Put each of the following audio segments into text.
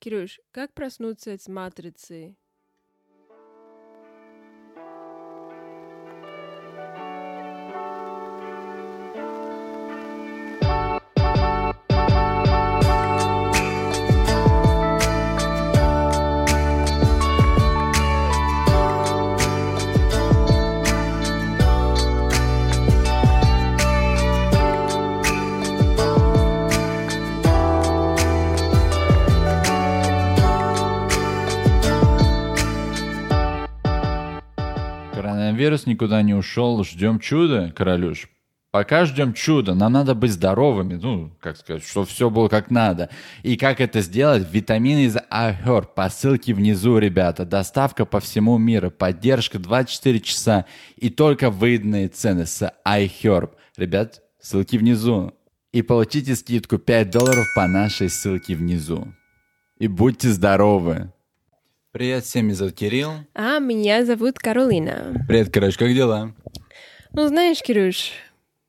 Кирюш, как проснуться от матрицы? Коронавирус никуда не ушел. Ждем чуда, королюш. Пока ждем чуда. Нам надо быть здоровыми. Ну, как сказать, чтобы все было как надо. И как это сделать? Витамины из Ахер по ссылке внизу, ребята. Доставка по всему миру. Поддержка 24 часа. И только выданные цены с iHerb. Ребят, ссылки внизу. И получите скидку 5 долларов по нашей ссылке внизу. И будьте здоровы. Привет всем, меня зовут Кирилл. А меня зовут Каролина. Привет, короче, как дела? Ну, знаешь, Кирюш,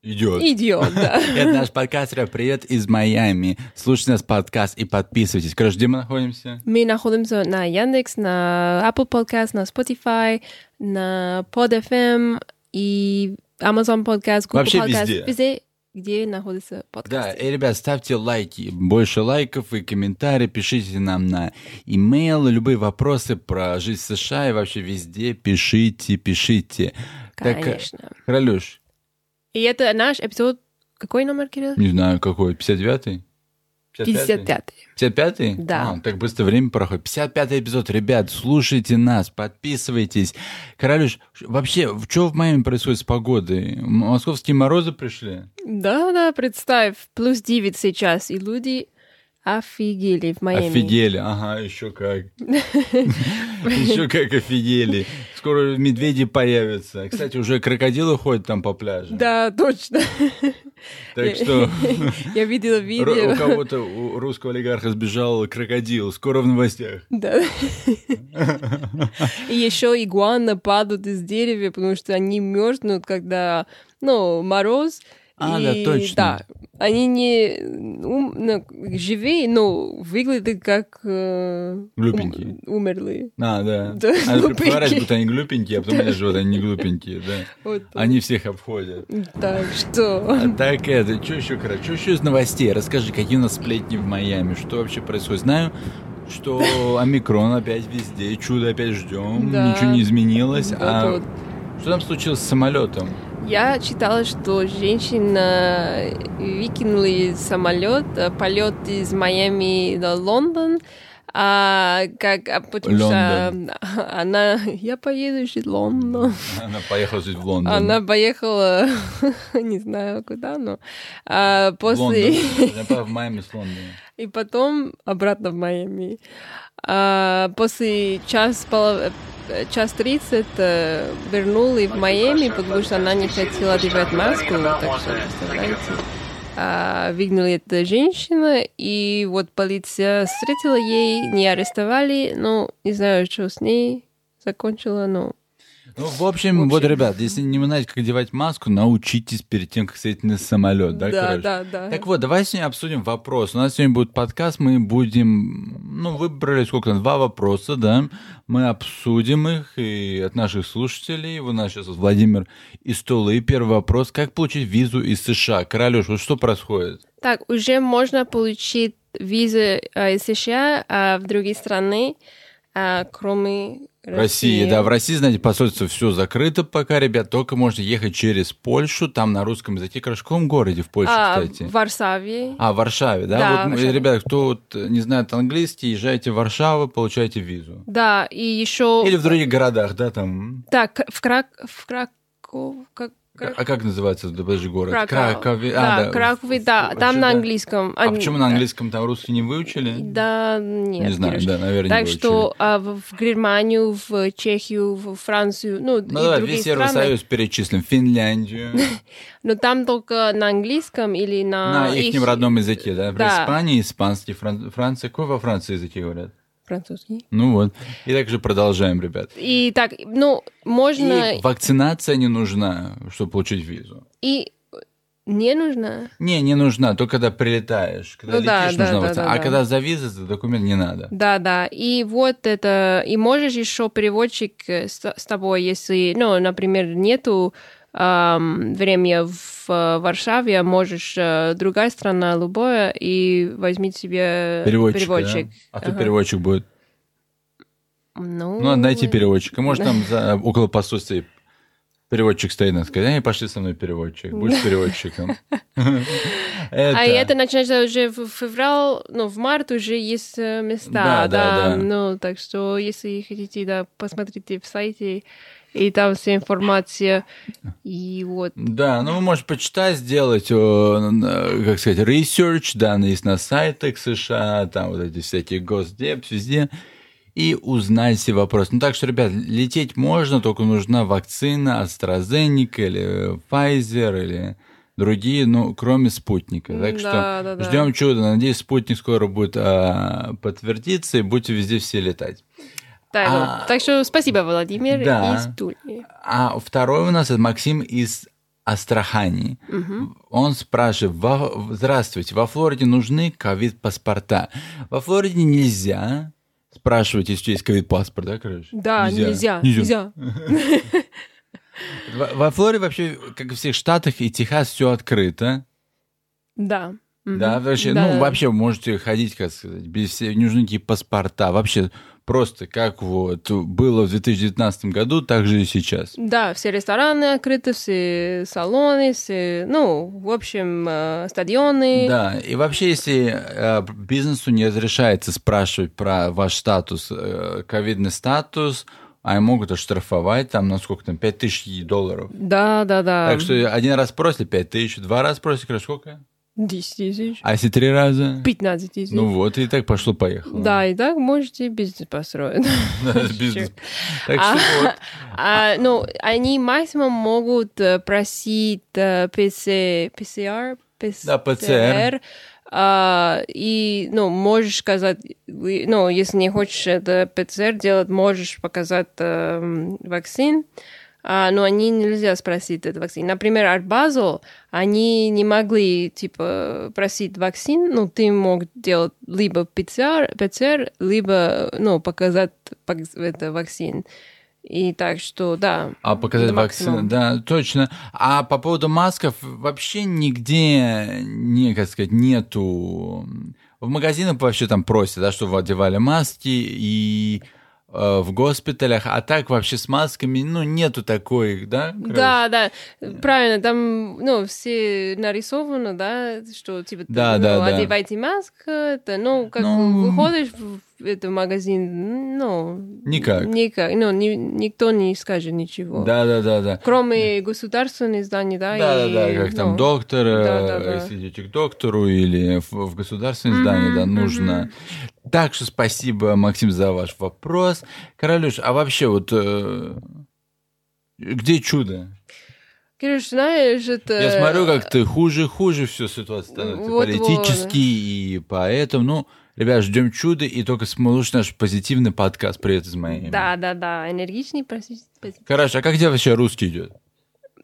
Идет. идиот, да. Это наш подкаст «Ребят, «Привет» из Майами. Слушайте нас подкаст и подписывайтесь. Короче, где мы находимся? Мы находимся на Яндекс, на Apple Podcast, на Spotify, на Pod.fm и Amazon Podcast, Google Вообще Podcast. везде. где находится подкаст. Да, и, ребят, ставьте лайки, больше лайков и комментарии, пишите нам на имейл, любые вопросы про жизнь в США и вообще везде пишите, пишите. Так, э, Конечно. Королюш, И это наш эпизод... Какой номер, Кирилл? не знаю какой, 59-й? 55 55-й? Да. А, так быстро время проходит. 55-й эпизод. Ребят, слушайте нас, подписывайтесь. Королюш, ш- вообще, что в Майами происходит с погодой? М- Московские морозы пришли? Да-да, представь, плюс 9 сейчас, и люди офигели в Майами. Офигели, ага, еще как. Еще как офигели. Скоро медведи появятся. Кстати, уже крокодилы ходят там по пляжу. Да, точно. Так что Я видела ру- у видео. кого-то, у русского олигарха сбежал крокодил. Скоро в новостях. Да. И еще игуаны падают из дерева, потому что они мерзнут, когда, ну, мороз. А, И да, точно. Да, они не ум- ну, живые, но выглядят как э, Глупенькие. ум- умерли. А, да. Да, Надо глупенькие. притворять, будто они глупенькие, а потом лежат, они не глупенькие, да. Вот. Они всех обходят. Так что... А так это, что еще, короче, что еще из новостей? Расскажи, какие у нас сплетни в Майами, что вообще происходит? Знаю, что омикрон опять везде, чудо опять ждем, Да. ничего не изменилось. а Вот-вот. что там случилось с самолетом? Я читала, что женщина выкинули самолет, э, полет из Майами до Лондон, а, как, а потому Лондон. что э, она, я поеду жить в Лондон. Она поехала жить в Лондон. Она поехала, не знаю куда, но а, в Лондон. после Она поехала в Майами с Лондона. и потом обратно в Майами. А, после час пол- э, час тридцать э, вернули в Майами, потому что она не хотела одевать маску, так что представляете. А, выгнали эту женщину, и вот полиция встретила ей, не арестовали, ну, не знаю, что с ней закончила, но... Ну, в общем, В общем. вот, ребят, если не знаете, как одевать маску, научитесь перед тем, как сесть на самолет, да, да, короче? да, да. Так вот, давай сегодня обсудим вопрос. У нас сегодня будет подкаст, мы будем, ну, выбрали сколько там, два вопроса, да. Мы обсудим их и от наших слушателей. Вот У нас сейчас Владимир из Тулы. И первый вопрос, как получить визу из США? Королёш, вот что происходит? Так, уже можно получить визы э, из США а, в другие страны, а, кроме России. России, да, в России, знаете, посольство все закрыто пока, ребят, только можно ехать через Польшу, там на русском языке, короче, в каком городе в Польше, А, кстати? в Варшаве. А, в Варшаве, да? Да, вот, м, Варшава. ребят, кто вот не знает английский, езжайте в Варшаву, получайте визу. Да, и еще... Или в других городах, да, там. Так, в Крак... В Краков... Как... Крак- А как называется этот подожди, город? Краков. Кракове- а, Да, да. Кракове, да, Вообще, там на да. английском. А почему на английском там русский не выучили? Да, нет. не знаю, Кирюш. да, наверное, Так не выучили. что а, в, в Германию, в Чехию, в Францию, ну, Ну и да, другие весь страны. Евросоюз перечислим. Финляндию. Но там только на английском или на... На их родном языке, да? В А, да. Испании испанский, Фран- Франция. Какой во Франции языке говорят? Французский. Ну вот. И также продолжаем, ребят. И так, ну, можно И и, вакцинация не нужна, чтобы получить визу. Не нужна? Не, не нужна, только когда прилетаешь. Когда Ну да, летишь, да, нужна да, вакцина. да, а да. когда за визой, за документ не надо. Да, да. И вот это... И можешь еще переводчик э, с, с тобой, если, ну, например, нету ам, времени в э, Варшаве, можешь э, другая страна, любая, и возьми себе Переводчик. э, переводчик. да? А тут Ага. переводчик будет. Ну, Ну, надо найти переводчика. Может, там за- около посольства переводчик стоит, надо сказать, «Эй, пошли со мной переводчик, будешь переводчиком. А и это начинается уже в февраль, ну, в март уже есть э, места, да, Да, да, да. Ну, так что, если хотите, да, посмотрите в сайте, и там вся информация, и вот. Да, ну вы можете почитать, сделать, э, э, как сказать, research, данные есть на сайтах США, там вот эти всякие госдеп, везде, и узнать все вопросы. Ну так что, ребят, лететь можно, только нужна вакцина AstraZeneca или Pfizer или другие, ну, кроме спутника. Так Да, да, что да. ждем чуда. Надеюсь, спутник скоро будет э, подтвердиться, и будете везде все летать. Так, А, вот. так что спасибо, Владимир, да. из Тульи. А второй у нас это Максим из Астрахани. Он спрашивает, «Во- здравствуйте, во Флориде нужны ковид-паспорта? Во Флориде нельзя спрашивать, если есть ковид-паспорт, да, короче? Да, нельзя, нельзя. Во, во Флориде вообще, как и в всех штатах, и Техас все открыто. Да. Мгм. Да, вообще, Да, ну, да. вообще можете ходить, как сказать, без всех, не нужны никакие паспорта. Вообще просто как вот было в 2019 году, так же и сейчас. Да, все рестораны открыты, все салоны, все, ну, в общем, э, стадионы. Да, и вообще, если э, бизнесу не разрешается спрашивать про ваш статус, э, ковидный статус, а им могут оштрафовать там, на сколько там, 5 тысяч долларов. Да, да, да. Так что один раз просили 5 тысяч, два раза просили, короче, сколько? 10 тысяч, А если три раза? 15 тысяч. Ну вот, и так пошло-поехало. Да, и так можете бизнес построить. Бизнес. Так А. что вот. А, ну, они максимум могут э, просить э, PC, PCR, ПС- Да, PCR. а, и, ну, можешь сказать, вы- ну, если не хочешь это ПЦР делать, можешь показать эм, вакцин, А, но они нельзя спросить этот вакцин. Например, Арбазу, они не могли, типа, просить вакцин, ну, ты мог делать либо ПЦР, ПЦР либо, ну, показать пак- это вакцин. И так что, да. А показать Это вакцину, максимум. да, точно. А по поводу масков вообще нигде, не, как сказать, нету. В магазинах вообще там просят, да, чтобы одевали маски и э, в госпиталях, а так вообще с масками, ну, нету такой, да? Крэш? Да, да, Э. правильно, там, ну, все нарисовано, да, что, типа, ты, Да, ну, да, да. одевайте маску, это, ну, как Ну, выходишь в в этот магазин, ну... Никак. Никак, ну, ни- никто не скажет ничего. Да, да, да, да. Кроме государственных зданий, да, Да, да, и, да, как там ну, доктор, э, да, да, да. если идете к доктору или в, в государственное здание, да, нужно. Так что спасибо, Максим, за ваш вопрос. Королюш, а вообще вот э, где чудо? Кирюш, знаешь, это... Я смотрю, как ты хуже, хуже все ситуация становится Э, Вот-вот. политически, и поэтому, ну, ребят, ждем чуда, и только сможешь наш позитивный подкаст. Привет из моей. Да, да, да, энергичный, пози- пози- Короче, а как где вообще русский идет?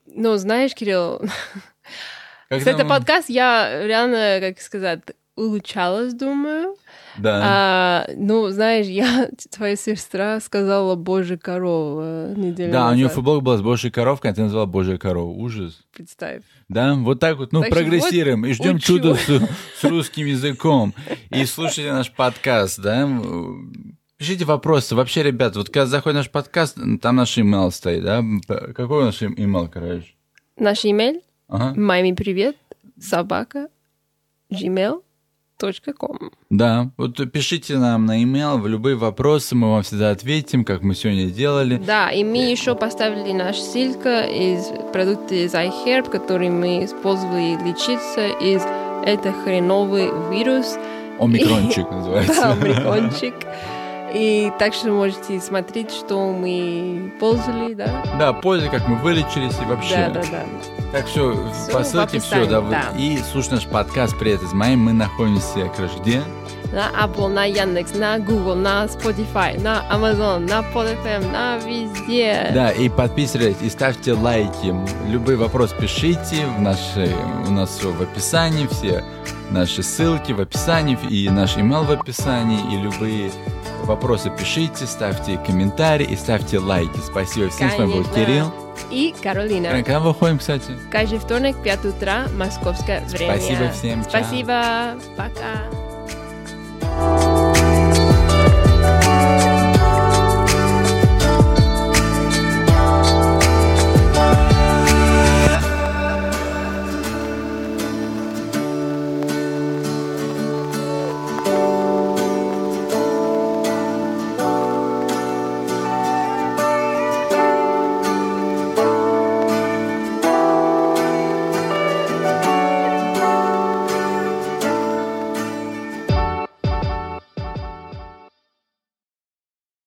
Ну, знаешь, Кирилл, Как кстати, там- подкаст я реально, как сказать, улучшалась, думаю. Да. А, ну, знаешь, я твоя сестра сказала Боже корова неделю да, у нее назад. футболка была с божьей коровкой, а ты назвала божья корова. Ужас. Представь. Да, вот так вот, ну, Так что прогрессируем и ждем учу. чуда с, с русским языком. И слушайте наш подкаст, да. Пишите вопросы. Вообще, ребят, вот когда заходит наш подкаст, там наш имейл стоит, да? П- Какой наш имейл, короче? Наш имейл Ага. маме привет собака gmail.com Да, вот пишите нам на имейл в любые вопросы, мы вам всегда ответим, как мы сегодня делали. Да, и мы еще поставили наш ссылка из продукта из iHerb, который мы использовали лечиться из это хреновый вирус, Омикрончик называется. да, прикончик. И так что можете смотреть, что мы пользовали, да? Да, пользуйтесь, как мы вылечились и вообще. Да, да, да. Так что Всё по в ссылке все, описании, да, вот. да. И слушай наш подкаст «Привет из Майи». Мы находимся, короче, где? В на Apple, на Яндекс, на Google, на Spotify, на Amazon, на PodFM, на везде. Да, и подписывайтесь, и ставьте лайки. Любые вопросы пишите. В нашей, у нас все в описании, все наши ссылки в описании, и наш email в описании, и любые вопросы пишите, ставьте комментарии и ставьте лайки. Спасибо всем, с вами был Конечно. Кирилл. Э. И Каролина. Когда выходим, кстати? Каждый вторник, 5 утра, московское время. Спасибо всем, чао. Спасибо. Пока.